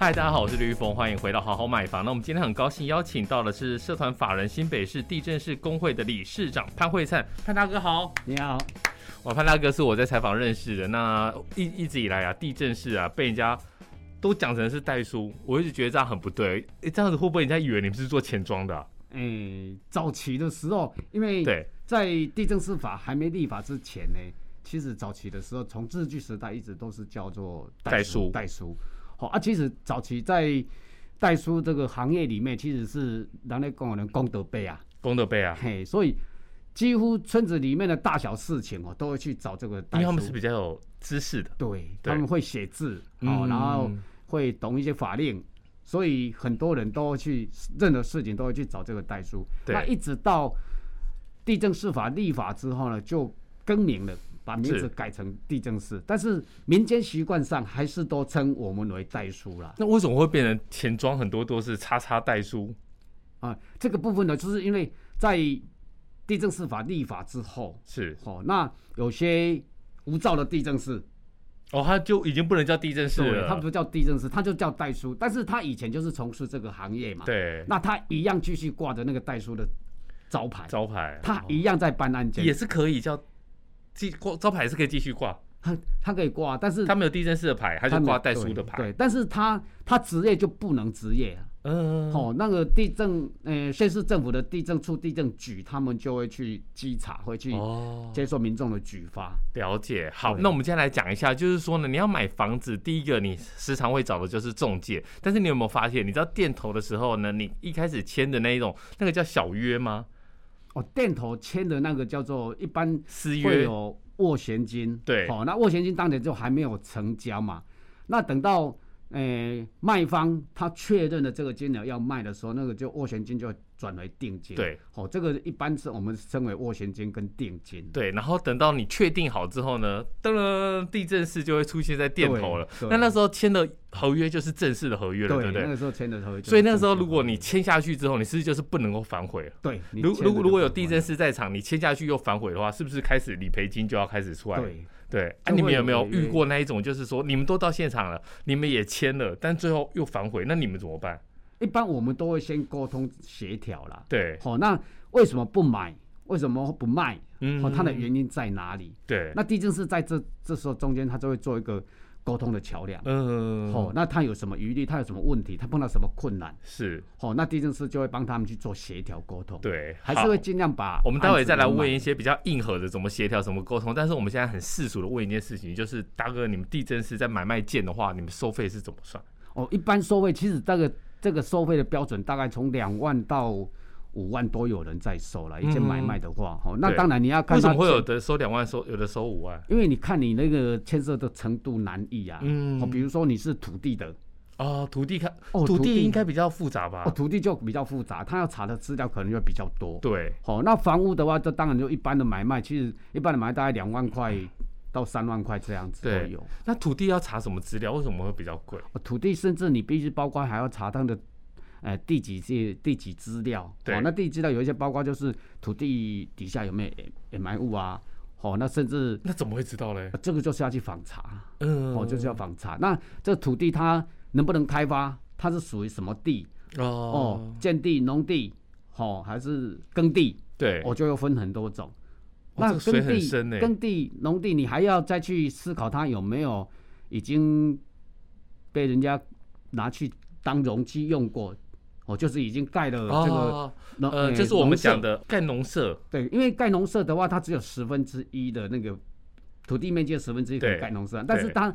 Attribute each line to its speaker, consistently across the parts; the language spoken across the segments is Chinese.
Speaker 1: 嗨，大家好，我是绿峰，欢迎回到好好买房。那我们今天很高兴邀请到的是社团法人新北市地震市工会的理事长潘惠灿，潘大哥好。
Speaker 2: 你好，
Speaker 1: 哇，潘大哥是我在采访认识的。那一一直以来啊，地震市啊被人家都讲成是代书，我一直觉得这样很不对。诶这样子会不会人家以为你们是做钱庄的啊、
Speaker 2: 哎、早期的时候，因为
Speaker 1: 对
Speaker 2: 在地震司法还没立法之前呢，其实早期的时候，从日据时代一直都是叫做
Speaker 1: 代书
Speaker 2: 代书。好、啊，其实早期在代书这个行业里面，其实是人类工人功德碑啊，
Speaker 1: 功德杯啊？
Speaker 2: 嘿，所以几乎村子里面的大小事情哦，都会去找这个
Speaker 1: 因
Speaker 2: 代
Speaker 1: 为他
Speaker 2: 书
Speaker 1: 们。是比较有知识的。
Speaker 2: 对，
Speaker 1: 对
Speaker 2: 他们会写字哦，
Speaker 1: 嗯
Speaker 2: 然后会懂一些法令，所以很多人都会去任何事情都会去找这个代书。
Speaker 1: 对
Speaker 2: 那一直到地震司法立法之后呢，就更名了，把名
Speaker 1: 是
Speaker 2: 字改成地震司，但是民间习惯上还是都称我们为代书啦。
Speaker 1: 那为什么会变成钱庄？很多都是叉叉代书，
Speaker 2: 啊，这个部分呢，就是因为在地震司法立法之后，
Speaker 1: 是
Speaker 2: 哦，那有些无照的地震司，
Speaker 1: 哦，他就已经不能叫地震市
Speaker 2: 对，
Speaker 1: 了。
Speaker 2: 他不叫地震师，他就叫代书，但是他以前就是从事这个行业嘛，，
Speaker 1: 对，
Speaker 2: 那他一样继续挂着那个代书的招牌，
Speaker 1: 招牌哦
Speaker 2: 他一样在办案件，
Speaker 1: 也是可以叫继挂招牌，是可以继续挂。
Speaker 2: 他他可以挂，但是
Speaker 1: 他没有地震市的牌，他就
Speaker 2: 没
Speaker 1: 挂代书的
Speaker 2: 对，
Speaker 1: 牌。
Speaker 2: 对但是他他职业就不能职业啊。
Speaker 1: 嗯，
Speaker 2: 哦，那个地震，呃，县市政府的地震处、地震局，他们就会去稽查，会去
Speaker 1: 哦，
Speaker 2: 接受民众的举发。
Speaker 1: 了解。好，
Speaker 2: 对
Speaker 1: 那我们接下来讲一下，就是说呢，你要买房子，第一个你时常会找的就是中介，但是你有没有发现，你知道店头的时候呢，你一开始签的那一种，那个叫小约吗？
Speaker 2: 哦，店头签的那个叫做一般
Speaker 1: 私
Speaker 2: 会
Speaker 1: 约？
Speaker 2: 有斡旋金，
Speaker 1: 对
Speaker 2: 好、那斡旋金当然就还没有成交嘛。那等到呃卖方他确认了这个金额要卖的时候，那个就斡旋金就转为定金。，
Speaker 1: 对
Speaker 2: 好、这个一般是我们称为斡旋金跟定金。
Speaker 1: 对，然后等到你确定好之后呢，噔噔，地震市就会出现在店头了。
Speaker 2: 对对
Speaker 1: 那那时候签的合约就是正式的合约了，对不
Speaker 2: 那
Speaker 1: 对？
Speaker 2: 个时候签的时候，
Speaker 1: 所以那时候如果你签下去之后，你是不是就是不能够反悔了？
Speaker 2: 对，你
Speaker 1: 如
Speaker 2: 签
Speaker 1: 如
Speaker 2: 了
Speaker 1: 果
Speaker 2: 就
Speaker 1: 如果有
Speaker 2: 不会
Speaker 1: 地震师在场，你签下去又反悔的话，是不是开始理赔金就要开始出来？
Speaker 2: 对，
Speaker 1: 对，啊，
Speaker 2: 就会
Speaker 1: 你们有
Speaker 2: 有
Speaker 1: 没有
Speaker 2: 违约
Speaker 1: 遇过那一种，就是说你们都到现场了，你们也签了，但最后又反悔，那你们怎么办？
Speaker 2: 一般我们都会先沟通协调啦。
Speaker 1: 对，
Speaker 2: 好、那为什么不买？为什么不卖？
Speaker 1: 嗯
Speaker 2: 哦，它的原因在哪里？
Speaker 1: 对，
Speaker 2: 那地震是在这这时候中间，他就会做一个沟通的桥梁。
Speaker 1: 嗯，
Speaker 2: 哦，那他有什么余力，他有什么问题，他碰到什么困难，
Speaker 1: 是，
Speaker 2: 哦，那地震师就会帮他们去做协调沟通，，
Speaker 1: 对，
Speaker 2: 还
Speaker 1: 好
Speaker 2: 是会尽量把。
Speaker 1: 我们待会再来问一。些比较硬核的，怎么协调，怎么沟通。但是我们现在很世俗的问一件事情，就是大哥，你们地震师在买卖件的话，你们收费是怎么算？
Speaker 2: 哦，一般收费其实这个这个收费的标准大概从两万到五万都有人在收了，一件
Speaker 1: 嗯
Speaker 2: 买卖的话，哦，那
Speaker 1: 对
Speaker 2: 当然你要看
Speaker 1: 为什
Speaker 2: 他
Speaker 1: 么会有的收两万收，有的收五万？
Speaker 2: 因为你看你那个牵涉的程度难易啊，
Speaker 1: 嗯
Speaker 2: 哦，比如说你是土地的，
Speaker 1: 哦，土地看，
Speaker 2: 哦
Speaker 1: 土
Speaker 2: 土
Speaker 1: 地
Speaker 2: 地
Speaker 1: 应该比较复杂吧？
Speaker 2: 哦，土地就比较复杂，他要查的资料可能就比较多，
Speaker 1: 对，
Speaker 2: 哦，那房屋的话，这当然就一般的买卖，其实一般的买卖大概两万块到三万块这样子都
Speaker 1: 对
Speaker 2: 有。
Speaker 1: 那土地要查什么资料？为什么会比较贵？
Speaker 2: 哦土地甚至你必须包括还要查它的，呃，地籍这地籍资料。
Speaker 1: 对
Speaker 2: 哦，那地籍资料有一些包括就是土地底下有没有掩掩埋物啊，哦，那甚至、
Speaker 1: 那怎么会知道嘞
Speaker 2: 呃？这个就是要去访查，
Speaker 1: 嗯
Speaker 2: 哦，就是要访查。那这土地它能不能开发？它是属于什么地？
Speaker 1: 哦
Speaker 2: 哦，，建地、农地，哦，还是耕地？
Speaker 1: 对，
Speaker 2: 我就又分很多种。
Speaker 1: 哇
Speaker 2: 那
Speaker 1: 哦这个水
Speaker 2: 耕
Speaker 1: 很
Speaker 2: 地
Speaker 1: 深呢、欸
Speaker 2: 耕地、农地，你还要再去思考它有没有已经被人家拿去当容器用过，哦，就是已经盖了这个
Speaker 1: 哦，
Speaker 2: 农、
Speaker 1: 呃，
Speaker 2: 诶
Speaker 1: 就是我们
Speaker 2: 农舍
Speaker 1: 讲的盖农舍，
Speaker 2: 对，因为盖农舍的话，它只有十分之一的那个土地面积的十分之一可
Speaker 1: 对
Speaker 2: 以盖农舍，但是它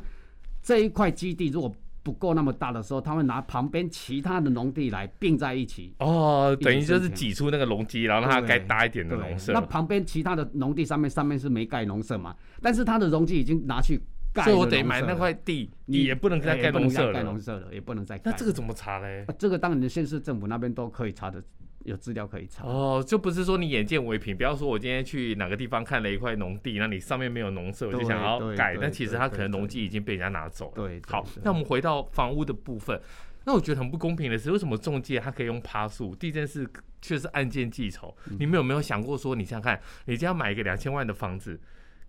Speaker 2: 这一块基地如果不够那么大的时候，他会拿旁边其他的农地来并在一起。
Speaker 1: 哦，等于
Speaker 2: 一直
Speaker 1: 就是
Speaker 2: 生钱
Speaker 1: 挤出那个容积，然后让它
Speaker 2: 对
Speaker 1: 盖大一点的
Speaker 2: 对
Speaker 1: 农，舍
Speaker 2: 那。旁边其他的农地上面上面是没盖农舍嘛，但是它的容积已经拿去盖了
Speaker 1: 所以
Speaker 2: 农舍了，
Speaker 1: 我得买那块地，
Speaker 2: 你
Speaker 1: 也不能再
Speaker 2: 哎
Speaker 1: 盖
Speaker 2: 不能
Speaker 1: 农
Speaker 2: 再
Speaker 1: 舍
Speaker 2: 盖农
Speaker 1: 了。
Speaker 2: 舍了，也不能再盖。
Speaker 1: 那这个怎么查嘞？
Speaker 2: 啊这个当然县市政府那边都可以查的，有资料可以查。
Speaker 1: 哦，就不是说你眼见为凭，不要说我今天去哪个地方看了一块农地，那你上面没有农舍，我就
Speaker 2: 对
Speaker 1: 想要
Speaker 2: 对
Speaker 1: 盖，
Speaker 2: 对
Speaker 1: 但其实
Speaker 2: 对
Speaker 1: 它
Speaker 2: 对
Speaker 1: 可能
Speaker 2: 对
Speaker 1: 农地已经被人家拿走了。
Speaker 2: 对，对
Speaker 1: 好
Speaker 2: 对，
Speaker 1: 那我们回到房屋的部分，那我觉得很不公平的是，为什么中介他可以用趴数，地震是却是按件计酬？
Speaker 2: 嗯
Speaker 1: 你们有没有想过说，你想想看，你这样买一个两千万的房子，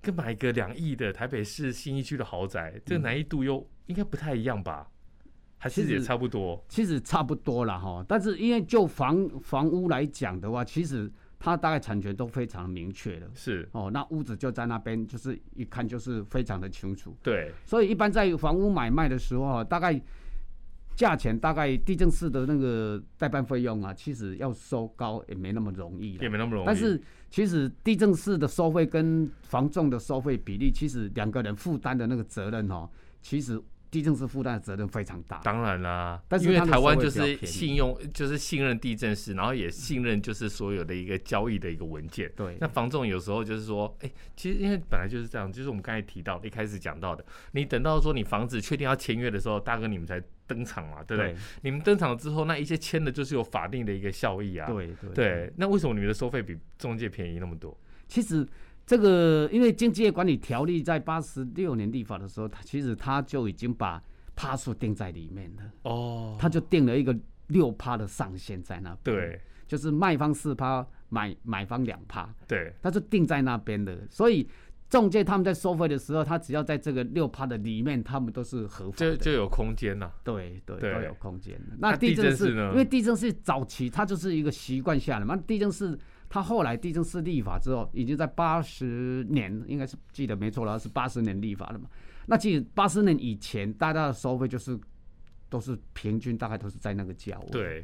Speaker 1: 跟买一个两亿的台北市新一区的豪宅，这个难易度又应该不太一样吧？还是
Speaker 2: 嗯其实
Speaker 1: 也差不多？
Speaker 2: 其实差不多了哈。但是因为就房房屋来讲的话，其实它大概产权都非常明确了。
Speaker 1: 是，
Speaker 2: 哦，那屋子就在那边，就是一看就是非常的清楚。
Speaker 1: 对，
Speaker 2: 所以一般在房屋买卖的时候啊，大概价钱大概地震室的那个代办费用啊，其实要收高也没那么容易啦
Speaker 1: 也没那么容易。
Speaker 2: 但是其实地震室的收费跟房仲的收费比例，其实两个人负担的那个责任哦，其实地震室负担的责任非常大。
Speaker 1: 当然啦，
Speaker 2: 啊但是
Speaker 1: 因为
Speaker 2: 它的
Speaker 1: 台湾
Speaker 2: 收
Speaker 1: 就
Speaker 2: 费
Speaker 1: 是
Speaker 2: 比较便宜
Speaker 1: 信用，就是信任地震师，然后也信任就是所有的一个交易的一个文件。
Speaker 2: 对
Speaker 1: 那房仲有时候就是说，哎、其实因为本来就是这样，就是我们刚才提到的一开始讲到的，你等到说你房子确定要签约的时候，大哥你们才登场嘛，对不对？
Speaker 2: 对
Speaker 1: 你们登场之后，那一些签的就是有法定的一个效益啊。
Speaker 2: 对对
Speaker 1: 对，那为什么你们的收费比中介便宜那么多？
Speaker 2: 其实这个因为经济业管理条例在八十六年立法的时候，它其实它就已经把趴数定在里面了，
Speaker 1: 哦，
Speaker 2: 它就定了一个六趴的上限在那边。，
Speaker 1: 对
Speaker 2: 就是卖方四趴，买买方两趴。
Speaker 1: 对，
Speaker 2: 它就定在那边的，所以中介他们在收费的时候，他只要在这个六趴的里面，他们都是合法
Speaker 1: 就
Speaker 2: 的。
Speaker 1: 就有空间呐、
Speaker 2: 对对
Speaker 1: 对
Speaker 2: 都有空间的。
Speaker 1: 那
Speaker 2: 那地震
Speaker 1: 地震
Speaker 2: 是
Speaker 1: 室呢
Speaker 2: 因为地震是早期，它就是一个习惯下来嘛。地震是它后来地震是立法之后，已经在八十年，应该是记得没错了，是八十年立法了嘛。那其实八十年以前，大家的收费就是都是平均，大概都是在那个价位。
Speaker 1: 对。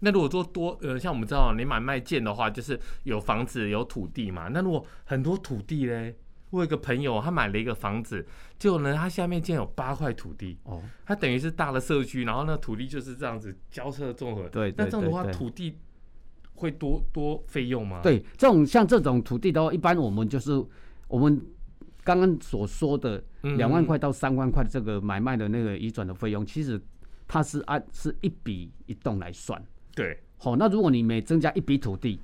Speaker 1: 那如果说多呃，像我们知道你买卖件的话，就是有房子有土地嘛。那如果很多土地嘞，我有一个朋友他买了一个房子，结果呢他下面竟然有八块土地，
Speaker 2: 哦，
Speaker 1: 他等于是大的社区，然后那土地就是这样子交涉综合。
Speaker 2: 对
Speaker 1: 那
Speaker 2: 对
Speaker 1: 这样的
Speaker 2: 对
Speaker 1: 话，
Speaker 2: 对
Speaker 1: 土地会多多费用吗？，
Speaker 2: 对，这种像这种土地的话，一般我们就是我们刚刚所说的
Speaker 1: 嗯
Speaker 2: 两万块到三万块这个买卖的那个移转的费用，其实它是按是一笔一栋来算。
Speaker 1: 对，
Speaker 2: 好、那如果你每增加一笔土地，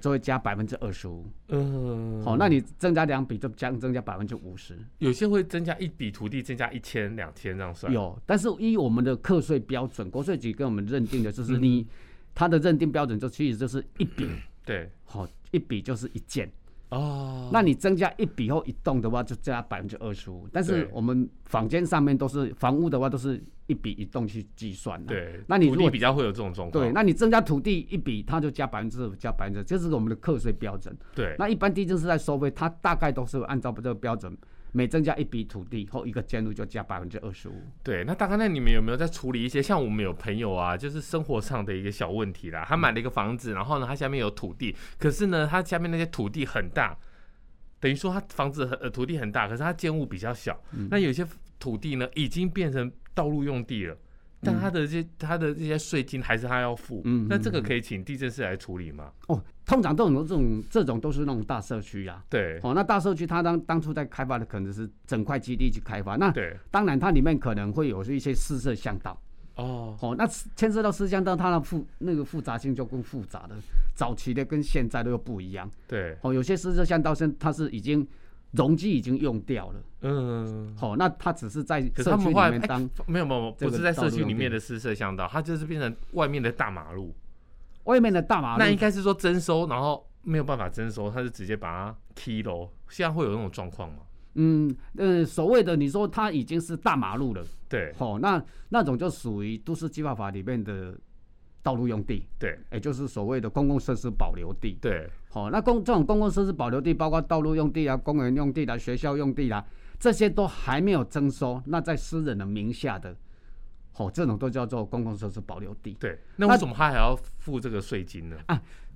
Speaker 2: 就会加百分之二十五。
Speaker 1: 嗯，
Speaker 2: 好，那你增加两笔就将增加百分之五十。
Speaker 1: 有些会增加一笔土地，增加一千两千这样算。
Speaker 2: 有，但是依我们的课税标准，国税局跟我们认定的就是
Speaker 1: 嗯
Speaker 2: 你，它的认定标准就其实就是一笔，
Speaker 1: 对
Speaker 2: 好、一笔就是一件。
Speaker 1: 哦，
Speaker 2: 那你增加一笔后一栋的话，就加百分之二十五。但是
Speaker 1: 对
Speaker 2: 我们房间上面都是房屋的话，都是一笔一栋去计算的。
Speaker 1: 对，
Speaker 2: 那你
Speaker 1: 土
Speaker 2: 如
Speaker 1: 地
Speaker 2: 果
Speaker 1: 比较会有这种状况。
Speaker 2: 对，那你增加土地一笔，它就加百分之五，加百分之，这是我们的课税标准。
Speaker 1: 对
Speaker 2: 那一般地震是在收费，它大概都是按照这个标准，每增加一笔土地后一个建筑就加百分之二十五。
Speaker 1: 对，那大概那你们有没有在处理一些像我们有朋友啊，就是生活上的一个小问题啦？他买了一个房子，然后呢，他下面有土地，可是呢，他下面那些土地很大，等于说他房子很呃土地很大，可是他建物比较小。
Speaker 2: 嗯
Speaker 1: 那有些土地呢，已经变成道路用地了，但他的这些、他的这些税金还是他要付。
Speaker 2: 嗯
Speaker 1: 那这个可以请地震师来处理吗？
Speaker 2: 哦，通常这种这种这种都是那种大社区呀、
Speaker 1: 对
Speaker 2: 哦，那大社区它当当初在开发的可能是整块基地去开发，那
Speaker 1: 对
Speaker 2: 当然它里面可能会有一些私设巷道。
Speaker 1: 哦，
Speaker 2: 哦，那牵涉到私相当，它的复那个复杂性就更复杂了。早期的跟现在的又不一样。
Speaker 1: 对，
Speaker 2: 哦，有些私相当，到现它是已经容积已经用掉了。
Speaker 1: 嗯。
Speaker 2: 哦，那它只是在
Speaker 1: 可是
Speaker 2: 社
Speaker 1: 他
Speaker 2: 区
Speaker 1: 们
Speaker 2: 里
Speaker 1: 后来
Speaker 2: 面
Speaker 1: 哎
Speaker 2: 当、
Speaker 1: 没有没有，
Speaker 2: 这
Speaker 1: 不
Speaker 2: 个
Speaker 1: 是在社
Speaker 2: 道路
Speaker 1: 区里
Speaker 2: 用
Speaker 1: 面
Speaker 2: 地
Speaker 1: 的私设巷道，它就是变成外面的大马路。
Speaker 2: 外面的大马
Speaker 1: 那应
Speaker 2: 路。
Speaker 1: 该是说征收，然后没有办法征收，他就直接把它踢楼。现在会有那种状况吗？
Speaker 2: 嗯，呃，所谓的你说它已经是大马路了。
Speaker 1: 对
Speaker 2: 哦，那那种就属于都市计划法里面的道路用地，
Speaker 1: 对
Speaker 2: 也就是所谓的公共设施保留地。
Speaker 1: 对
Speaker 2: 好、那公这种公共设施保留地，包括道路用地啊、公园用地啦、学校用地啦、这些都还没有征收，那在私人的名下的，好、这种都叫做公共设施保留地。
Speaker 1: 对，那
Speaker 2: 那啊
Speaker 1: 为什么他还要付这个税金呢？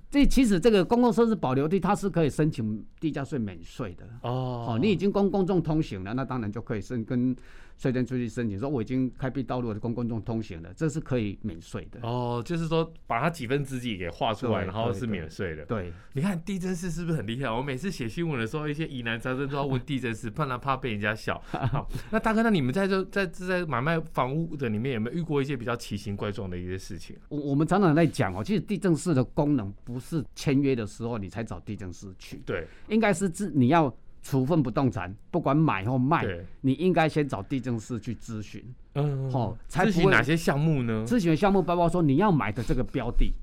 Speaker 2: 这其实这个公共设施保留地，它是可以申请地价税免税的。
Speaker 1: 哦
Speaker 2: 哦，你已经公公众通行了，那当然就可以申跟税捐出去申请，说我已经开辟道路的公公众通行了，这是可以免税的。
Speaker 1: 哦，就是说把他几分之几给划出来，
Speaker 2: 对
Speaker 1: 然后
Speaker 2: 对
Speaker 1: 是
Speaker 2: 对
Speaker 1: 免税的。
Speaker 2: 对，
Speaker 1: 你看地震师是不是很厉害？我每次写新闻的时候，一些疑难杂症都要问地震师，怕他怕被人家 笑。好，那大哥，那你们在这在在买卖房屋的里面有没有遇过一些比较奇形怪状的一些事情？
Speaker 2: 我我们常常在讲哦，其实地震室的功能不是签约的时候你才找地震室去，
Speaker 1: 对
Speaker 2: 应该是自你要处分不动产，不管买或卖，
Speaker 1: 对，
Speaker 2: 你应该先找地震室去咨询，
Speaker 1: 嗯，
Speaker 2: 哦，才
Speaker 1: 咨
Speaker 2: 不
Speaker 1: 询哪
Speaker 2: 会
Speaker 1: 些项目呢？
Speaker 2: 咨询的项目包括说你要买的这个标的，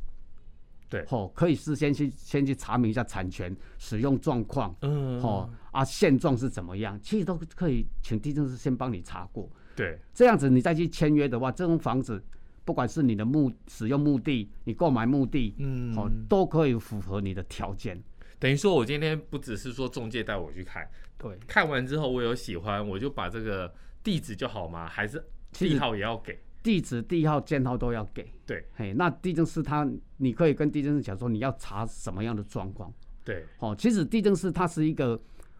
Speaker 1: 对
Speaker 2: 哦，可以事先去先去查明一下产权、使用状况，
Speaker 1: 嗯，
Speaker 2: 哦啊现状是怎么样，其实都可以请地震师先帮你查过，
Speaker 1: 对，
Speaker 2: 这样子你再去签约的话，这种房子不管是你的目使用目的，你购买目的，
Speaker 1: 嗯
Speaker 2: 哦，都可以符合你的条件。
Speaker 1: 等于说我今天不只是说中介带我去看，
Speaker 2: 对，
Speaker 1: 看完之后我有喜欢，我就把这个地址就好吗？还是
Speaker 2: 其实
Speaker 1: 地号也要给？
Speaker 2: 地址、地号、建号都要给。
Speaker 1: 对
Speaker 2: 嘿，那地震师他，你可以跟地震师讲说你要查什么样的状况。
Speaker 1: 对，
Speaker 2: 哦，其实地震师他是一个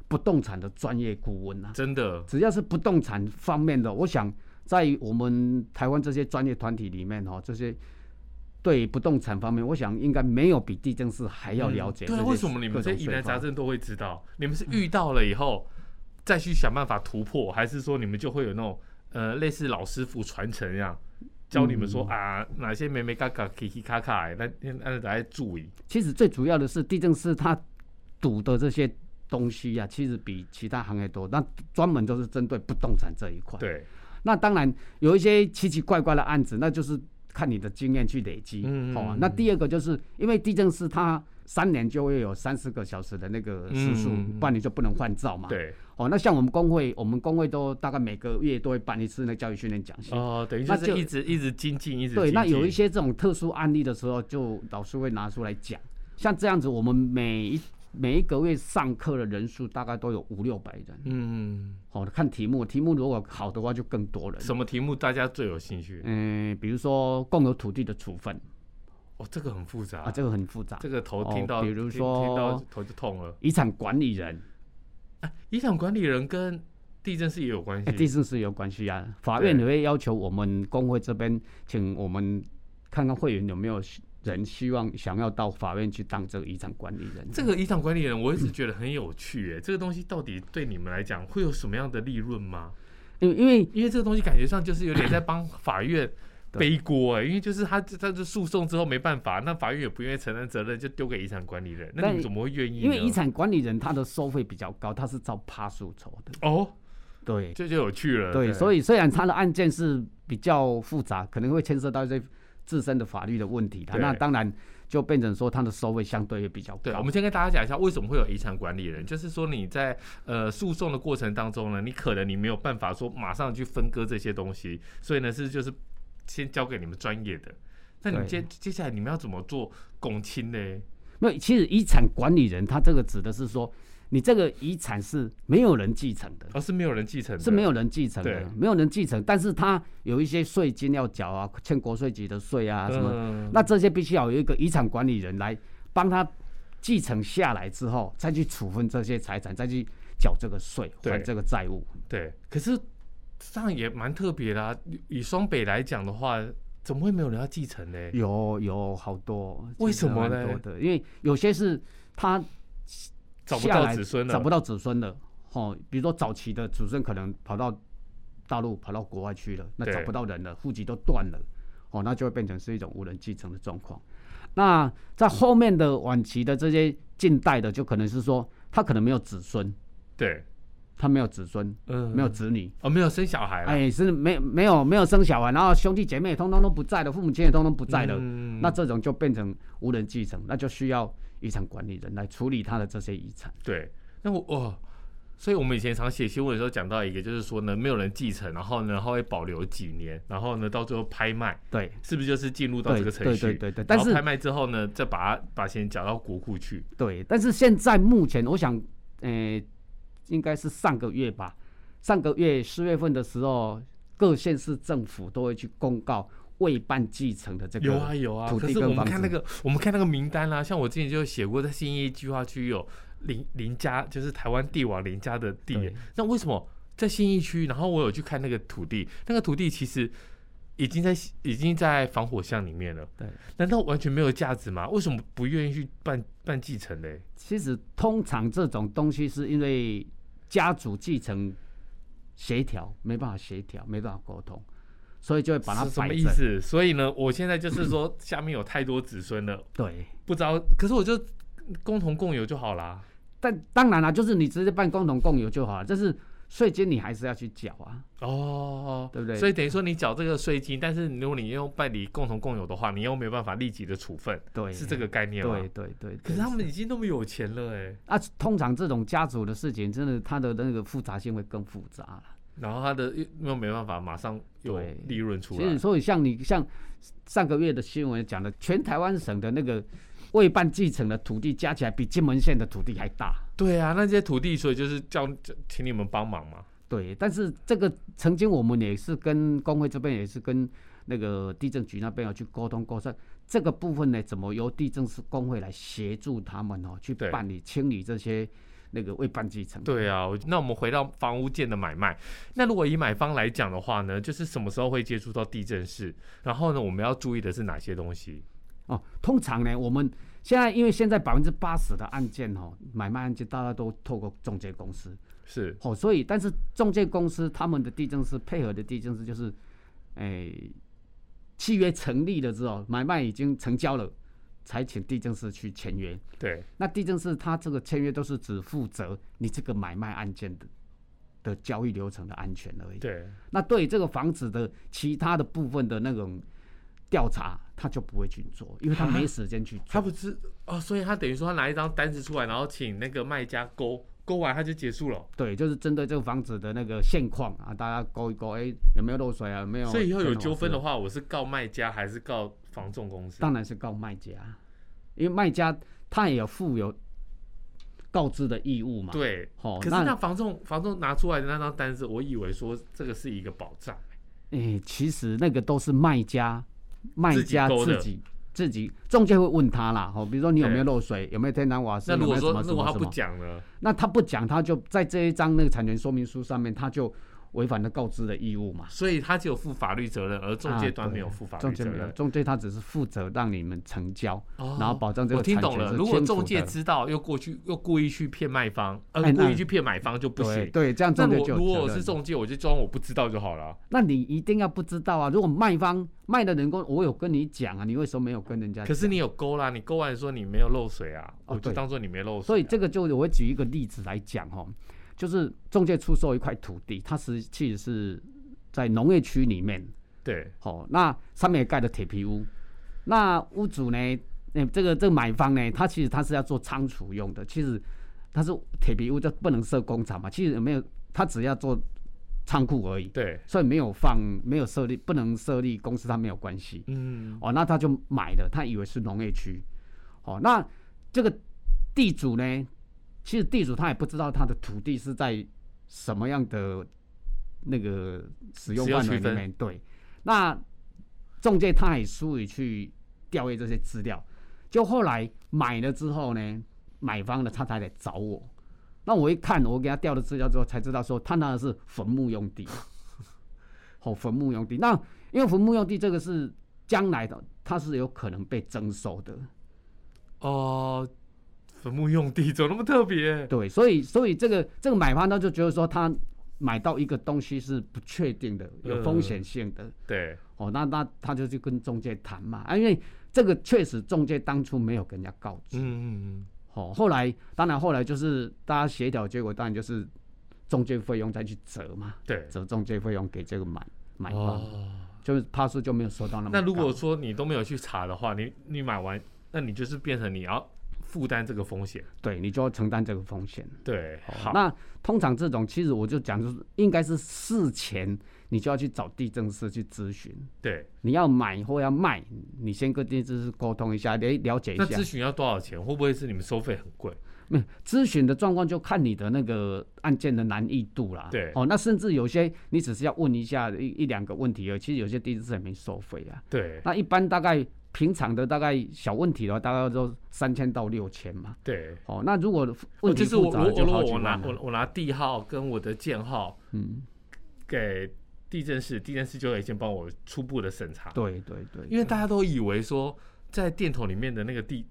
Speaker 2: 不动产的专业顾问啊，
Speaker 1: 真的，
Speaker 2: 只要是不动产方面的，我想在我们台湾这些专业团体里面，哦，这些对不动产方面，我想应该没有比地震师还要了解、
Speaker 1: 嗯对，为什么你们在疑难杂？症都会知道？你们是
Speaker 2: 嗯
Speaker 1: 遇到了以后、再去想办法突破，还是说你们就会有那种呃类似老师傅传承一样，教你们
Speaker 2: 嗯
Speaker 1: 说、啊哪些美美嘎嘎、k k 卡卡，那那那大家注意。
Speaker 2: 其实最主要的是地震师他赌的这些东西啊，其实比其他行业多，那专门都是针对不动产这一块。
Speaker 1: 对，
Speaker 2: 那当然有一些奇奇怪怪的案子，那就是看你的经验去累积。
Speaker 1: 嗯
Speaker 2: 哦
Speaker 1: 嗯，
Speaker 2: 那第二个就是因为地震师他三年就会有三十个小时的那个时数，
Speaker 1: 嗯嗯嗯
Speaker 2: 不然你就不能换照嘛。。
Speaker 1: 对，
Speaker 2: 哦，那像我们工会，我们工会都大概每个月都会办一次那教育训练讲习。
Speaker 1: 哦、等于就
Speaker 2: 那
Speaker 1: 是
Speaker 2: 就
Speaker 1: 一直一直精进，一直
Speaker 2: 对，
Speaker 1: 精
Speaker 2: 那有一
Speaker 1: 进
Speaker 2: 些这种特殊案例的时候，就老师会拿出来讲。像这样子，我们每一每一个月上课的人数大概都有五六百人。
Speaker 1: 嗯，
Speaker 2: 哦，看题目，题目如果好的话，就更多人。
Speaker 1: 什么题目大家最有兴趣？
Speaker 2: 嗯，比如说共有土地的处分
Speaker 1: 哦，这个很复杂，
Speaker 2: 啊，这个很复杂
Speaker 1: 这。个头
Speaker 2: 哦
Speaker 1: 听到，
Speaker 2: 比如
Speaker 1: 听听到
Speaker 2: 说
Speaker 1: 头就痛了。
Speaker 2: 遗产管理人，
Speaker 1: 哎，遗产管理人跟地震师也有关
Speaker 2: 哎，地
Speaker 1: 系，
Speaker 2: 震是有关系啊。法院
Speaker 1: 对
Speaker 2: 也会要求我们工会这边，请我们看看会员有没有人希望想要到法院去当这个遗产管理人。
Speaker 1: 这个遗产管理人我一直觉得很有趣，哎，这个东西到底对你们来讲会有什么样的利润吗？
Speaker 2: 因为因为
Speaker 1: 因为这个东西感觉上就是有点在 帮法院。
Speaker 2: 对
Speaker 1: 背锅哎、因为就是他，他就诉讼之后没办法，那法院也不愿意承担责任，就丢给遗产管理人。那你们
Speaker 2: 但
Speaker 1: 怎么会愿意呢？
Speaker 2: 因为遗产管理人他的收费比较高，他是照趴数酬的。
Speaker 1: 哦，
Speaker 2: 对
Speaker 1: 这就有趣了。
Speaker 2: 对，所
Speaker 1: 以
Speaker 2: 以虽然他的案件是比较复杂，可能会牵涉到一些自身的法律的问题的，
Speaker 1: 对
Speaker 2: 那当然就变成说他的收费相对也比较
Speaker 1: 对，我
Speaker 2: 高。
Speaker 1: 们先跟大家讲一下为什么会有遗产管理
Speaker 2: 嗯
Speaker 1: 人，就是说你在呃诉讼的过程当中呢，你可能你没有办法说马上去分割这些东西，所以呢是就是先交给你们专业的。那你们接接下来你们要怎么做共亲呢？
Speaker 2: 那其实遗产管理人他这个指的是说，你这个遗产是没有人继承的。
Speaker 1: 而、哦是没有人继承的，
Speaker 2: 是没有人继承
Speaker 1: 对
Speaker 2: 的，没有人继承，但是他有一些税金要缴啊，欠国税局的税啊什么，
Speaker 1: 嗯
Speaker 2: 那这些必须要有一个遗产管理人来帮他继承下来之后，再去处分这些财产，再去缴这个税，
Speaker 1: 对
Speaker 2: 还这个债务。
Speaker 1: 对，可是这样也蛮特别啦、以双北来讲的话，怎么会没有人要继承呢？
Speaker 2: 有有好多，
Speaker 1: 为
Speaker 2: 其实
Speaker 1: 什么
Speaker 2: 蛮
Speaker 1: 嘞
Speaker 2: 多的，因为有些是他
Speaker 1: 找不
Speaker 2: 下
Speaker 1: 到
Speaker 2: 来
Speaker 1: 子孙了，
Speaker 2: 找不到子孙了，哦，比如说早期的子孙可能跑到大陆、跑到国外去了，那
Speaker 1: 对
Speaker 2: 找不到人了，户籍都断了，哦，那就会变成是一种无人继承的状况。那在后面的晚期的这些近代的，就可能是说他可能没有子孙，
Speaker 1: 对，
Speaker 2: 他没有子孙，
Speaker 1: 嗯
Speaker 2: 没有子女，
Speaker 1: 哦，没有生小孩了，
Speaker 2: 哎，是没没有没有生小孩，然后兄弟姐妹通通都不在了，父母亲也通通不在了，
Speaker 1: 嗯
Speaker 2: 那这种就变成无人继承，那就需要遗产管理人来处理他的这些遗产。
Speaker 1: 对，那我哦，所以我们以前常写新闻的时候讲到一个，就是说呢，没有人继承，然后呢，然后会保留几年，然后呢，到最后拍卖，
Speaker 2: 对
Speaker 1: 是不是就是进入到这
Speaker 2: 对
Speaker 1: 个
Speaker 2: 对
Speaker 1: 程
Speaker 2: 对
Speaker 1: 序？
Speaker 2: 对对
Speaker 1: 然
Speaker 2: 但
Speaker 1: 后
Speaker 2: 是
Speaker 1: 拍卖之后呢，再把它把钱缴到国库去。
Speaker 2: 对，但是现在目前，我想，呃，应该是上个月吧，上个月四月份的时候，各县市政府都会去公告未办继承的这个。
Speaker 1: 有啊有啊，
Speaker 2: 土
Speaker 1: 可
Speaker 2: 地
Speaker 1: 是我
Speaker 2: 跟
Speaker 1: 们
Speaker 2: 房
Speaker 1: 看
Speaker 2: 子
Speaker 1: 那个，我们看那个名单啦、啊像我之前就写过，在新一计划区有林林家，就是台湾帝王林家的地
Speaker 2: 对。
Speaker 1: 那为什么在新一区？然后我有去看那个土地，那个土地其实已经在已经在防火巷里面了。
Speaker 2: 对，
Speaker 1: 难道完全没有价值吗？为什么不愿意去办办继承嘞？
Speaker 2: 其实通常这种东西是因为家族继承协调没办法协调，没办法沟通，所以就会把它
Speaker 1: 是什
Speaker 2: 摆
Speaker 1: 么
Speaker 2: 着。
Speaker 1: 意思？所以呢，我现在就是 说，下面有太多子孙了，
Speaker 2: 对，
Speaker 1: 不知道。可是我就共同共有就好啦。
Speaker 2: 但当然了、就是你直接办共同共有就好了，就是税金你还是要去缴啊。
Speaker 1: 哦，
Speaker 2: 对不对
Speaker 1: 所以等于说你缴这个税金，但是如果你用办理共同共有的话，你又没有办法立即的处分，
Speaker 2: 对，
Speaker 1: 是这个概念吗？
Speaker 2: 对。对对。
Speaker 1: 可
Speaker 2: 对
Speaker 1: 是他们已经那么有钱了、欸，哎，
Speaker 2: 啊，通常这种家族的事情，真的它的那个复杂性会更复杂了。
Speaker 1: 然后他的又又没办法马上有
Speaker 2: 对
Speaker 1: 利润出
Speaker 2: 其实
Speaker 1: 来，
Speaker 2: 所以像你像上个月的新闻讲的，全台湾省的那个未办继承的土地加起来比金门县的土地还大。
Speaker 1: 对啊，那些土地所以就是叫叫请你们帮忙嘛，
Speaker 2: 对，但是这个曾经我们也是跟工会这边也是跟那个地震局那边有去沟通沟通，这个部分呢，怎么由地震是工会来协助他们哦，去
Speaker 1: 对
Speaker 2: 办理清理这些那个未办继承。
Speaker 1: 对啊，我那我们回到房屋建的买卖，那如果以买方来讲的话呢，就是什么时候会接触到地震室，然后呢，我们要注意的是哪些东西？
Speaker 2: 哦，通常呢，我们现在因为现在百分之八十的案件哦，买卖案件大家都透过中介公司
Speaker 1: 是
Speaker 2: 哦，所以但是中介公司他们的地震师配合的地震师就是，诶、契约成立了之后，买卖已经成交了，才请地震师去签约。
Speaker 1: 对，
Speaker 2: 那地震师他这个签约都是只负责你这个买卖案件的的交易流程的安全而已。
Speaker 1: 对，
Speaker 2: 那对于这个房子的其他的部分的那种调查，他就不会去做，因为他没时间去做。
Speaker 1: 他不是哦，所以他等于说他拿一张单子出来，然后请那个卖家勾勾完，他就结束了。
Speaker 2: 对，就是针对这个房子的那个现况啊，大家勾一勾，哎、有没有漏水啊？有没有？
Speaker 1: 所以以后有纠纷的，话，我是告卖家还是告房仲公司？
Speaker 2: 当然是告卖家，因为卖家他也有负有告知的义务嘛。，
Speaker 1: 对，
Speaker 2: 好、
Speaker 1: 可是
Speaker 2: 哦那
Speaker 1: 那房仲房仲拿出来的那张单子，我以为说这个是一个保障，
Speaker 2: 哎、其实那个都是卖家，卖
Speaker 1: 自己
Speaker 2: 家
Speaker 1: 勾的
Speaker 2: 自己自己中介会问他啦，哦，比如说你有
Speaker 1: 对
Speaker 2: 没有漏水，有没有天然瓦斯，
Speaker 1: 那如果
Speaker 2: 有没有
Speaker 1: 说
Speaker 2: 什么什
Speaker 1: 如果
Speaker 2: 么
Speaker 1: 他
Speaker 2: 什
Speaker 1: 不
Speaker 2: 么
Speaker 1: 讲呢？
Speaker 2: 那他不讲，他就在这一张那个产权说明书上面，他就违反了告知的义务嘛。
Speaker 1: 所以他只有负法律责任，而中介端没有负法
Speaker 2: 啊中
Speaker 1: 律
Speaker 2: 介
Speaker 1: 责
Speaker 2: 没有，
Speaker 1: 任。
Speaker 2: 中介他只是负责让你们成交，
Speaker 1: 哦
Speaker 2: 然后保障这
Speaker 1: 我
Speaker 2: 个产
Speaker 1: 听
Speaker 2: 权
Speaker 1: 懂了，
Speaker 2: 是
Speaker 1: 如果
Speaker 2: 清楚
Speaker 1: 中介
Speaker 2: 的
Speaker 1: 知道又过去又故意去骗卖方，呃，
Speaker 2: 哎那
Speaker 1: 故意去骗买方就不
Speaker 2: 对
Speaker 1: 行。
Speaker 2: 对，这样
Speaker 1: 那
Speaker 2: 中介
Speaker 1: 我
Speaker 2: 就有
Speaker 1: 如果
Speaker 2: 责
Speaker 1: 我
Speaker 2: 任
Speaker 1: 是中介，我就装我不知道就好了。
Speaker 2: 那你一定要不知道啊！如果卖方卖的人工，我有跟你讲啊，你为什么没有跟人家讲？
Speaker 1: 可是你有勾啦，你勾完说你没有漏水啊，我
Speaker 2: 哦
Speaker 1: 就
Speaker 2: 对
Speaker 1: 当做你没漏水啊。
Speaker 2: 所以这个就我举一个例子来讲哦，就是中介出售一块土地，它实际是在农业区里面，
Speaker 1: 对
Speaker 2: 哦，那上面也盖的铁皮屋，那屋主呢，嗯、这个这个买方呢，他其实他是要做仓储用的，其实他是铁皮屋就不能设工厂嘛，其实也没有，他只要做仓库而已，
Speaker 1: 对，
Speaker 2: 所以没有放没有设立不能设立公司，他没有关系。
Speaker 1: 嗯，
Speaker 2: 哦，那他就买了，他以为是农业区，哦，那这个地主呢，其实地主他也不知道他的土地是在什么样的那个使用
Speaker 1: 使用
Speaker 2: 范围
Speaker 1: 区
Speaker 2: 里
Speaker 1: 分
Speaker 2: 面，对，那中介他也疏于去调阅这些资料，就后来买了之后呢，买方的他才来找我。那我一看，我给他调了资料之后，才知道说他那是坟墓用地， 哦，坟墓用地。那因为坟墓用地这个是将来的，它是有可能被征收的，
Speaker 1: 哦，坟墓用地怎么那么特别？
Speaker 2: 对，所以所以这个这个买方他就觉得说他买到一个东西是不确定的，有风
Speaker 1: 嗯
Speaker 2: 险性的，
Speaker 1: 对，
Speaker 2: 哦，那那他就去跟中介谈嘛，啊，因为这个确实中介当初没有跟人家告知，
Speaker 1: 嗯嗯
Speaker 2: 哦，后来当然后来就是大家协调，结果当然就是中介费用再去折嘛
Speaker 1: 嗯，，对。
Speaker 2: 折中介费用给这个买买方，
Speaker 1: 哦，
Speaker 2: 就是帕数就没有收到那么
Speaker 1: 那如果
Speaker 2: 高
Speaker 1: 说你都没有去查的话，你你买完，那你就是变成你要负担这个风险。
Speaker 2: 对你就要承担这个风险。
Speaker 1: 对，好，
Speaker 2: 那通常这种，其实我就讲，就是应该是事前你就要去找地震师去咨询，
Speaker 1: 对，
Speaker 2: 你要买或要卖，你先跟地震师沟通一下，了了解一
Speaker 1: 那
Speaker 2: 下
Speaker 1: 咨。询要多少钱？会不会是你们收费很贵？
Speaker 2: 没有咨询的状况就看你的那个案件的难易度啦。
Speaker 1: 对
Speaker 2: 哦，那甚至有些你只是要问一下一一两个问题而已，其实有些地震师也没收费啊。
Speaker 1: 对
Speaker 2: 那一般大概平常的大概小问题的话，大概都三千到六千嘛。
Speaker 1: 对，
Speaker 2: 哦，那如果
Speaker 1: 我
Speaker 2: 问
Speaker 1: 就
Speaker 2: 题
Speaker 1: 是我
Speaker 2: 复杂
Speaker 1: 我
Speaker 2: 的就
Speaker 1: 如
Speaker 2: 好
Speaker 1: 果
Speaker 2: 几
Speaker 1: 我
Speaker 2: 万
Speaker 1: 拿
Speaker 2: 了
Speaker 1: 我我拿地号跟我的建号，
Speaker 2: 嗯，
Speaker 1: 给地震室，地震室就可以先帮我初步的审查，
Speaker 2: 对对对，
Speaker 1: 因为大家都以为说在电筒里面的那个地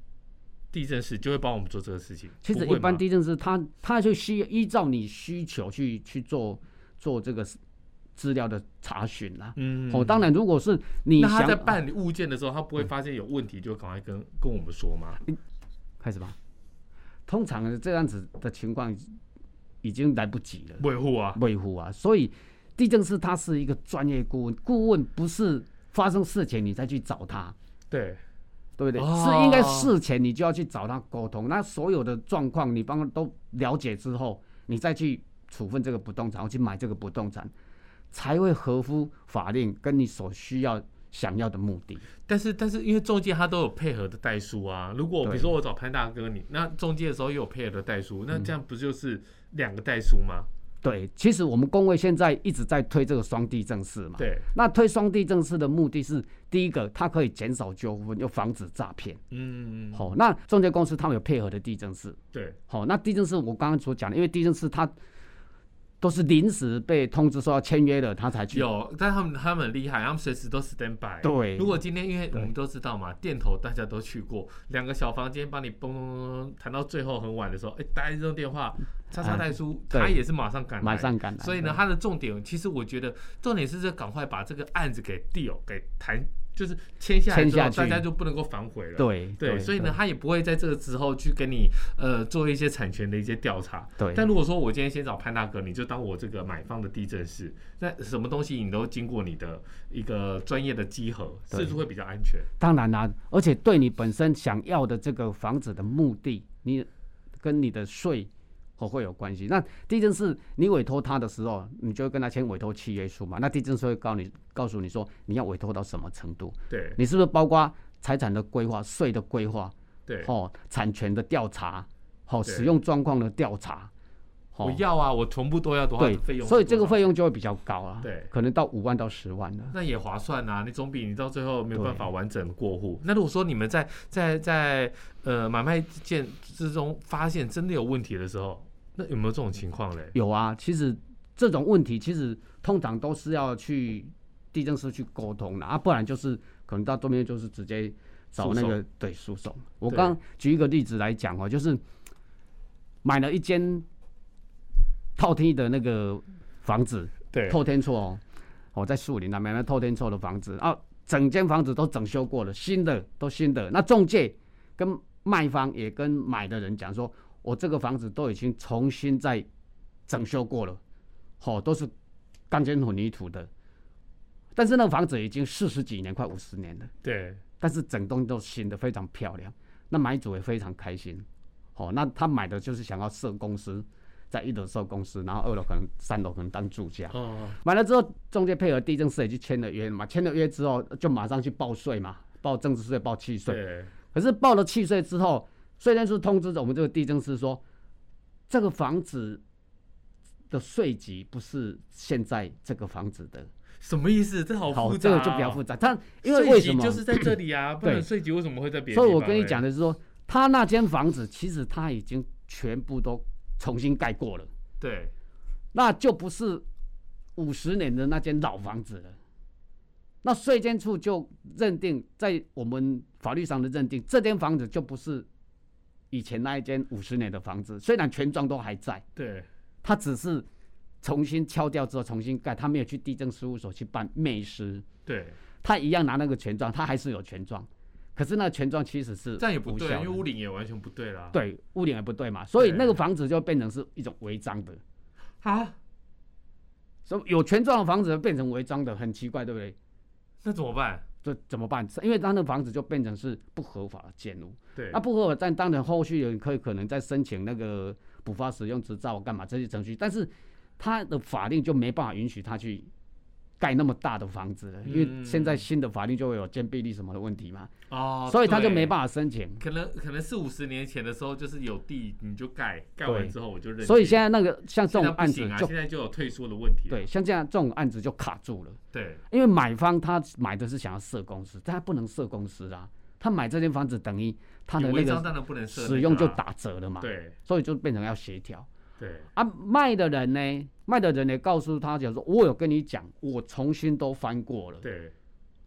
Speaker 1: 地震室就会帮我们做这个事情，
Speaker 2: 其实
Speaker 1: 不
Speaker 2: 一
Speaker 1: 会吗
Speaker 2: 般地震师他他就需依照你需求去去做做这个资料的查询啦。
Speaker 1: 嗯
Speaker 2: 哦，当然，如果是你
Speaker 1: 那他
Speaker 2: 想哦嗯
Speaker 1: 在办理物件的时候，他不会发现有问题就赶快跟跟我们说吗？
Speaker 2: 开始吧，通常这样子的情况已经来不及了，
Speaker 1: 维护啊，
Speaker 2: 维护啊，所以地震师他是一个专业顾问，顾问不是发生事情你再去找他。
Speaker 1: 对，
Speaker 2: 对不对？
Speaker 1: 哦
Speaker 2: 是应该事前你就要去找他沟通，那所有的状况你帮他都了解之后，你再去处分这个不动产，我去买这个不动产，才会合乎法令跟你所需要想要的目的。
Speaker 1: 但是但是因为中介他都有配合的代书啊，如果比
Speaker 2: 对嗯
Speaker 1: 如说我找潘大哥你，那中介的时候也有配合的代书，那这样不就是两个代书吗？
Speaker 2: 对，其实我们工会现在一直在推这个双地政式嘛。
Speaker 1: 对，
Speaker 2: 那推双地政式的目的是，第一个，它可以减少纠纷，又防止诈骗。
Speaker 1: 嗯，
Speaker 2: 好、那中介公司他们有配合的地政士。
Speaker 1: 对，
Speaker 2: 好、那地震是我刚刚所讲的，因为地震是它都是临时被通知说要签约了，他才去。
Speaker 1: 有，但他们他们很厉害，他们随时都 stand by。
Speaker 2: 对
Speaker 1: 如果今天因为我
Speaker 2: 对
Speaker 1: 们都知道嘛，店头大家都去过，两个小房间帮你嘣嘣嘣嘣谈到最后很晚的时候，哎、打一通电话，叉叉
Speaker 2: 哎
Speaker 1: 代书、
Speaker 2: 对
Speaker 1: 他也是马上赶
Speaker 2: 马
Speaker 1: 来。
Speaker 2: 上赶来。
Speaker 1: 所以呢，，他的重点其实我觉得重点是这赶快把这个案子给 deal 给谈，就是签下来
Speaker 2: 签
Speaker 1: 之后，
Speaker 2: 下去
Speaker 1: 大家就不能够反悔了。
Speaker 2: 对
Speaker 1: 对，所以呢，，他也不会在这个之后去跟你呃做一些产权的一些调查。
Speaker 2: 对
Speaker 1: 但如果说我今天先找潘大哥，你就当我这个买方的地震师，那什么东西你都经过你的一个专业的稽核，是
Speaker 2: 对
Speaker 1: 不是会比较安全？
Speaker 2: 当然啦、而且对你本身想要的这个房子的目的，你跟你的税。哦，会有关系。那地震是你委托他的时候，你就会跟他签委托契约书嘛。那地震是会告你，告诉你说你要委托到什么程度，
Speaker 1: 对
Speaker 2: 你是不是包括财产的规划、税的规划，
Speaker 1: 对，
Speaker 2: 哦，产权的调查，哦，
Speaker 1: 对
Speaker 2: 使用状况的调查，
Speaker 1: 我要啊，我全部都要多少
Speaker 2: 对
Speaker 1: 的费，用？
Speaker 2: 所以这个
Speaker 1: 多少
Speaker 2: 费用就会比较高啊，
Speaker 1: 对
Speaker 2: 可能到五万到十万了。
Speaker 1: 那也划算啊，你总比你到最后没有办法完整过户。那如果说你们在在在呃买卖件之中发现真的有问题的时候，那有没有这种情况嘞？
Speaker 2: 有啊，其实这种问题其实通常都是要去地震师去沟通的啊，不然就是可能到对面就是直接找那个对诉讼。我
Speaker 1: 对
Speaker 2: 刚举一个例子来讲哦，就是买了一间套厅的那个房子，
Speaker 1: 对
Speaker 2: 透天厝哦，我在树林那边那透天厝的房子啊，整间房子都整修过了，新的都新的。那中介跟卖方也跟买的人讲说，我这个房子都已经重新再整修过了，哦，都是钢筋混凝土的。但是那个房子已经四十几年，快五十年了，
Speaker 1: 对，
Speaker 2: 但是整栋都新的，非常漂亮。那买主也非常开心，哦，那他买的就是想要设公司，在一楼设公司，然后二楼可能三楼可能当住家。
Speaker 1: 哦，
Speaker 2: 买了之后，中介配合地政司也去签了约嘛，签了约之后就马上去报税嘛，报增值税、报契税。
Speaker 1: 对
Speaker 2: 可是报了契税之后，税政司通知我们这个地政司说，这个房子的税级不是现在这个房子的，
Speaker 1: 什么意思？这好复
Speaker 2: 这
Speaker 1: 杂、
Speaker 2: 个
Speaker 1: 啊，
Speaker 2: 就比较复杂。他因为
Speaker 1: 税
Speaker 2: 为
Speaker 1: 级
Speaker 2: 什么？
Speaker 1: 就是在这里啊？不然
Speaker 2: 对
Speaker 1: 税级为什么会在别的
Speaker 2: 所
Speaker 1: 地方嘞？
Speaker 2: 以我跟你讲的是说，他那间房子其实他已经全部都重新盖过了，
Speaker 1: 对
Speaker 2: 那就不是五十年的那间老房子了。那税监处就认定，在我们法律上的认定，这间房子就不是以前那一间五十年的房子，虽然全幢都还在，
Speaker 1: 对
Speaker 2: 它只是重新敲掉之后重新盖，他没有去地政事务所去办灭失，
Speaker 1: 对，
Speaker 2: 他一样拿那个权状，他还是有权状，可是那个权状其实是
Speaker 1: 这样也不
Speaker 2: 无
Speaker 1: 对，
Speaker 2: 效
Speaker 1: 因为
Speaker 2: 的
Speaker 1: 屋顶也完全不对啦。
Speaker 2: 对屋顶也不对嘛，所以
Speaker 1: 对
Speaker 2: 那个房子就变成是一种违章的，
Speaker 1: 啊，
Speaker 2: 所以有权状的房子变成违章的，很奇怪，对不对？
Speaker 1: 那怎么办？
Speaker 2: 这怎么办？因为他那个房子就变成是不合法的建筑，啊
Speaker 1: 对
Speaker 2: 那不合法，但当然后续有人可以可能再申请那个补发使用执照干嘛这些程序，但是他的法令就没办法允许他去盖那么大的房子了，因
Speaker 1: 嗯
Speaker 2: 为现在新的法令就会有建蔽力什么的问题嘛，
Speaker 1: 哦，
Speaker 2: 所以他就
Speaker 1: 对
Speaker 2: 没办法申请。
Speaker 1: 可能可能四五十年前的时候，就是有地你就盖，盖完
Speaker 2: 对
Speaker 1: 之后我就认地。
Speaker 2: 所以现在那个像这
Speaker 1: 现在
Speaker 2: 种
Speaker 1: 不
Speaker 2: 案
Speaker 1: 行
Speaker 2: 子
Speaker 1: 啊，
Speaker 2: 就
Speaker 1: 现在就有退缩的问题了。
Speaker 2: 对，像这样这种案子就卡住了。
Speaker 1: 对
Speaker 2: 因为买方他买的是想要设公司，但他不能设公司啊。他买这间房子等于他的
Speaker 1: 有
Speaker 2: 那
Speaker 1: 违章
Speaker 2: 个
Speaker 1: 当然不能设那个啊
Speaker 2: 使用就打折了嘛，
Speaker 1: 对
Speaker 2: 所以就变成要协调
Speaker 1: 对
Speaker 2: 啊。卖的人呢，卖的人也告诉他讲说，我有跟你讲，我重新都翻过了，
Speaker 1: 对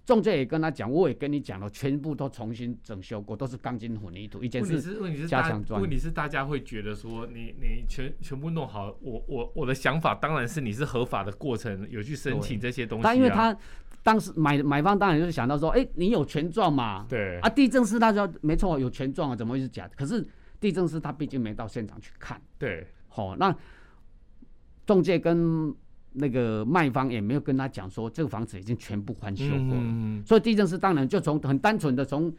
Speaker 2: 中介也跟他讲，我也跟你讲了，全部都重新整修过，都是钢筋混凝土，以前
Speaker 1: 问题
Speaker 2: 是
Speaker 1: 是问题是
Speaker 2: 加
Speaker 1: 大
Speaker 2: 强专
Speaker 1: 问题是大家会觉得说你你全全部弄好，我我我的想法当然是你是合法的过程有去申请这些东西、啊，
Speaker 2: 但因为他当时买买方当然就是想到说，哎、你有权状嘛，
Speaker 1: 对
Speaker 2: 啊，地震师他说没错，有权状啊，怎么会是假的？可是地震师他毕竟没到现场去看。
Speaker 1: 对
Speaker 2: 好、那中介跟那个卖方也没有跟他讲说这个房子已经全部翻修过了，
Speaker 1: 嗯
Speaker 2: 所以地震师当然就从很单纯的从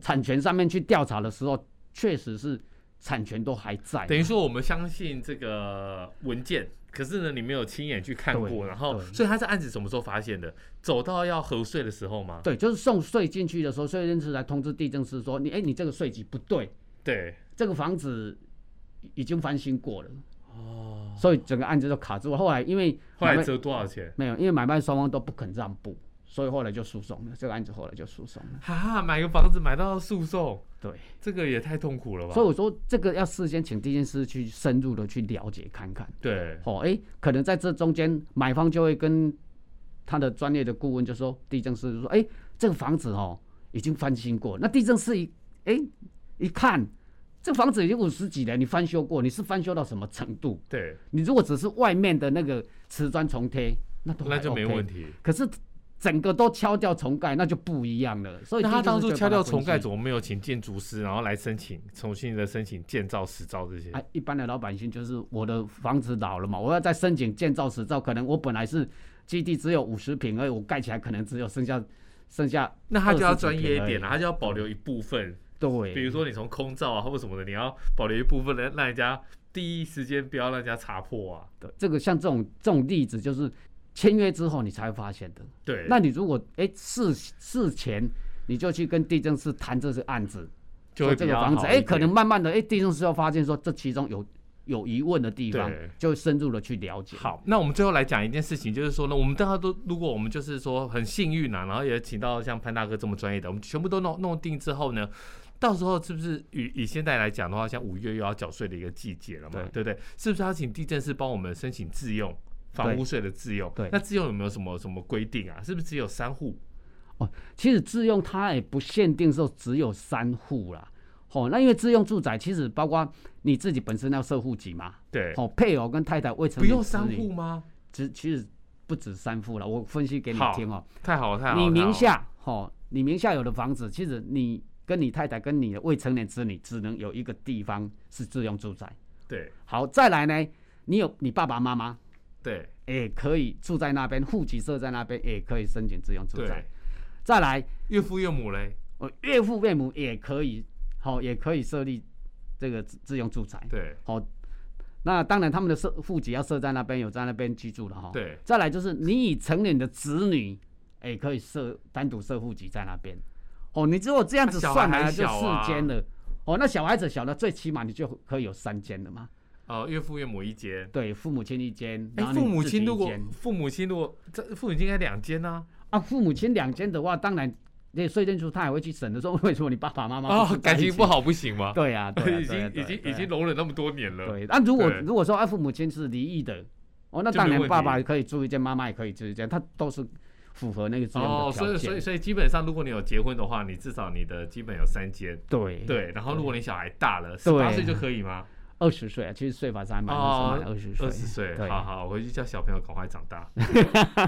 Speaker 2: 产权上面去调查的时候，确实是产权都还在。
Speaker 1: 等于说我们相信这个文件，可是呢，你没有亲眼去看过，
Speaker 2: 对
Speaker 1: 然后，
Speaker 2: 对
Speaker 1: 所以他这案子什么时候发现的？走到要核税的时候吗？
Speaker 2: 对，就是送税进去的时候，税政司来通知地震师说，你哎，你这个税级不对，
Speaker 1: 对，
Speaker 2: 这个房子已经翻新过了，
Speaker 1: 哦，
Speaker 2: 所以整个案子就卡住了。后来因为
Speaker 1: 后来
Speaker 2: 买卖
Speaker 1: 折多少钱？
Speaker 2: 没有，因为买卖双方都不肯让步，所以后来就诉讼了。这个案子后来就诉讼了。
Speaker 1: 哈、哈，买个房子买到诉讼，
Speaker 2: 对，
Speaker 1: 这个也太痛苦了吧？
Speaker 2: 所以我说这个要事先请地震师去深入的去了解看看。
Speaker 1: 对，
Speaker 2: 哦，哎，可能在这中间，买方就会跟他的专业的顾问就说，地震师就说，哎，这个房子哦已经翻新过，那地震师一哎一看，这房子已经五十几年，你翻修过，你是翻修到什么程度？
Speaker 1: 对，
Speaker 2: 你如果只是外面的那个瓷砖重贴，那都
Speaker 1: 那就没问
Speaker 2: 题。
Speaker 1: 题。
Speaker 2: 可是整个都敲掉重盖，那就不一样了。所以
Speaker 1: 那
Speaker 2: 地
Speaker 1: 他
Speaker 2: 震
Speaker 1: 当
Speaker 2: 师
Speaker 1: 初
Speaker 2: 就
Speaker 1: 敲
Speaker 2: 把它
Speaker 1: 掉
Speaker 2: 分
Speaker 1: 重盖，
Speaker 2: 析
Speaker 1: 怎么没有请建筑师，然后来申请重新的申请建造、实造这些？
Speaker 2: 啊，一般的老百姓就是我的房子老了嘛，我要再申请建造执照，可能我本来是基地只有五十平而已，我盖起来可能只有剩下剩下
Speaker 1: 那他就要
Speaker 2: 20几
Speaker 1: 专业一
Speaker 2: 平而
Speaker 1: 点
Speaker 2: 已
Speaker 1: 了，他就要保留一部分，比
Speaker 2: 对
Speaker 1: 如说你从空照啊或什么的，你要保留一部分，让让人家第一时间不要让人家查破啊。
Speaker 2: 对，这个像这种这种例子就是签约之后你才会发现的。
Speaker 1: 对，
Speaker 2: 那你如果哎事事前你就去跟地震师谈这个案子，
Speaker 1: 就
Speaker 2: 说
Speaker 1: 会
Speaker 2: 这
Speaker 1: 比
Speaker 2: 个
Speaker 1: 较
Speaker 2: 房子
Speaker 1: 好
Speaker 2: 哎，
Speaker 1: 一
Speaker 2: 可
Speaker 1: 点
Speaker 2: 能慢慢的哎，地震师又发现说这其中有有疑问的地方
Speaker 1: 对，
Speaker 2: 就深入的去了解。
Speaker 1: 好，那我们最后来讲一件事情，就是说呢，我们大家都如果我们就是说很幸运啊，然后也请到像潘大哥这么专业的，我们全部都弄弄定之后呢，到时候是不是以以现在来讲的话，像五月又要缴税的一个季节了嘛，对
Speaker 2: 对
Speaker 1: 不对？是不是要请地震师帮我们申请自用房
Speaker 2: 对
Speaker 1: 屋税的自用？
Speaker 2: 对
Speaker 1: 那自用有没有什么什么规定啊？是不是只有三户？
Speaker 2: 其实自用它也不限定说只有三户啦。哦，那因为自用住宅其实包括你自己本身要设户籍嘛，
Speaker 1: 对，
Speaker 2: 哦，配偶跟太太未成
Speaker 1: 不
Speaker 2: 年
Speaker 1: 用
Speaker 2: 子
Speaker 1: 三
Speaker 2: 女
Speaker 1: 户，吗？
Speaker 2: 只其实不止三户了。我分析给你
Speaker 1: 好
Speaker 2: 听哦，
Speaker 1: 太好了，太好了，
Speaker 2: 你
Speaker 1: 太好
Speaker 2: 名
Speaker 1: 了
Speaker 2: 下哦，你名下有的房子，其实你跟你太太跟你的未成年子女只能有一个地方是自用住宅。
Speaker 1: 对
Speaker 2: 好，再来呢，你有你爸爸妈妈
Speaker 1: 对
Speaker 2: 也可以住在那边，户籍设在那边也可以申请自用住宅
Speaker 1: 对。，
Speaker 2: 再来，
Speaker 1: 岳父岳母嘞，
Speaker 2: 哦，岳父岳母也可以，好、也可以设立这个自自用住宅。
Speaker 1: 对
Speaker 2: 好、那当然他们的设户籍要设在那边，有在那边居住了哈、
Speaker 1: 对
Speaker 2: 再来就是你已成年的子女，也可以设单独设户籍在那边。哦，你只有这样子
Speaker 1: 那小孩
Speaker 2: 算
Speaker 1: 还
Speaker 2: 来就
Speaker 1: 小啊
Speaker 2: 四间了。哦，那小孩子小了，最起码你就可以有三间了嘛。
Speaker 1: 呃，岳父岳母一间。
Speaker 2: 对，父母亲一间，
Speaker 1: 哎、
Speaker 2: 然后你
Speaker 1: 父母
Speaker 2: 自己
Speaker 1: 亲如
Speaker 2: 一
Speaker 1: 果
Speaker 2: 间
Speaker 1: 父母亲如果这父母亲应该两间呐、
Speaker 2: 啊，父母亲两间的话，当然那税政处他也会去审的，说为什么你爸爸妈妈
Speaker 1: 啊，
Speaker 2: 住
Speaker 1: 哦，
Speaker 2: 在
Speaker 1: 感
Speaker 2: 一
Speaker 1: 情
Speaker 2: 起
Speaker 1: 不好不行吗？
Speaker 2: 对呀、 对 啊，
Speaker 1: 已
Speaker 2: 对啊
Speaker 1: 经
Speaker 2: 对
Speaker 1: 已
Speaker 2: 啊
Speaker 1: 经
Speaker 2: 对
Speaker 1: 已
Speaker 2: 啊
Speaker 1: 经容忍那么多年了，
Speaker 2: 对。那、如果
Speaker 1: 嗯对
Speaker 2: 如果说啊，父母亲是离异的，哦，那
Speaker 1: 就
Speaker 2: 当
Speaker 1: 没
Speaker 2: 然
Speaker 1: 问
Speaker 2: 爸
Speaker 1: 题
Speaker 2: 爸也可以住一间，妈妈也可以住一间，他都是符合那个自用
Speaker 1: 哦
Speaker 2: 的，
Speaker 1: 所
Speaker 2: 条
Speaker 1: 以所以
Speaker 2: 件。
Speaker 1: 所以基本上，如果你有结婚的话，你至少你的基本有三间，
Speaker 2: 对，
Speaker 1: 对。然后如果你小孩大了，十
Speaker 2: 对
Speaker 1: 八岁就可以吗？
Speaker 2: 二十岁啊，其实税法上还蛮
Speaker 1: 哦
Speaker 2: 合适，二十岁，
Speaker 1: 二十岁，
Speaker 2: 对
Speaker 1: 好好，我回去叫小朋友赶快长 大。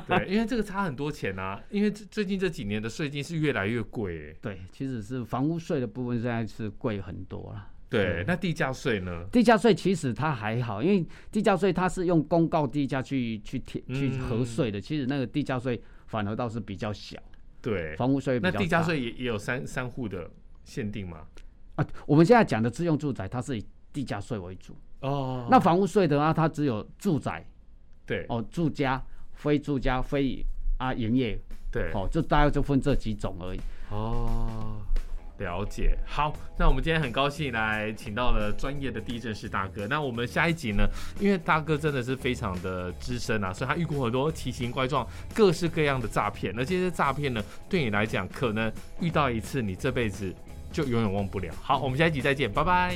Speaker 1: 对，因为这个差很多钱啊，因为最最近这几年的税金是越来越贵、哎
Speaker 2: 对，其实是房屋税的部分现在是贵很多了。
Speaker 1: 对，那地价税呢？
Speaker 2: 地价税其实它还好，因为地价税它是用公告地价去去贴
Speaker 1: 嗯
Speaker 2: 去核税的，其实那个地价税反而倒是比较小，
Speaker 1: 对，
Speaker 2: 房屋税比
Speaker 1: 那
Speaker 2: 较
Speaker 1: 地价
Speaker 2: 大
Speaker 1: 税也也有三三户的限定吗？
Speaker 2: 啊，我们现在讲的自用住宅，它是以地价税为主。
Speaker 1: 哦，
Speaker 2: 那房屋税的话，它只有住宅
Speaker 1: 对
Speaker 2: 哦，住家、非住家、非啊营业
Speaker 1: 对，
Speaker 2: 哦，就大概就分这几种而已。
Speaker 1: 哦，了解。好，那我们今天很高兴来请到了专业的地震师大哥。那我们下一集呢，因为大哥真的是非常的资深啊，所以他遇过很多奇形怪状、各式各样的诈骗。那这些诈骗呢，对你来讲，可能遇到一次，你这辈子就永远忘不了。好，我们下一集再见，拜拜。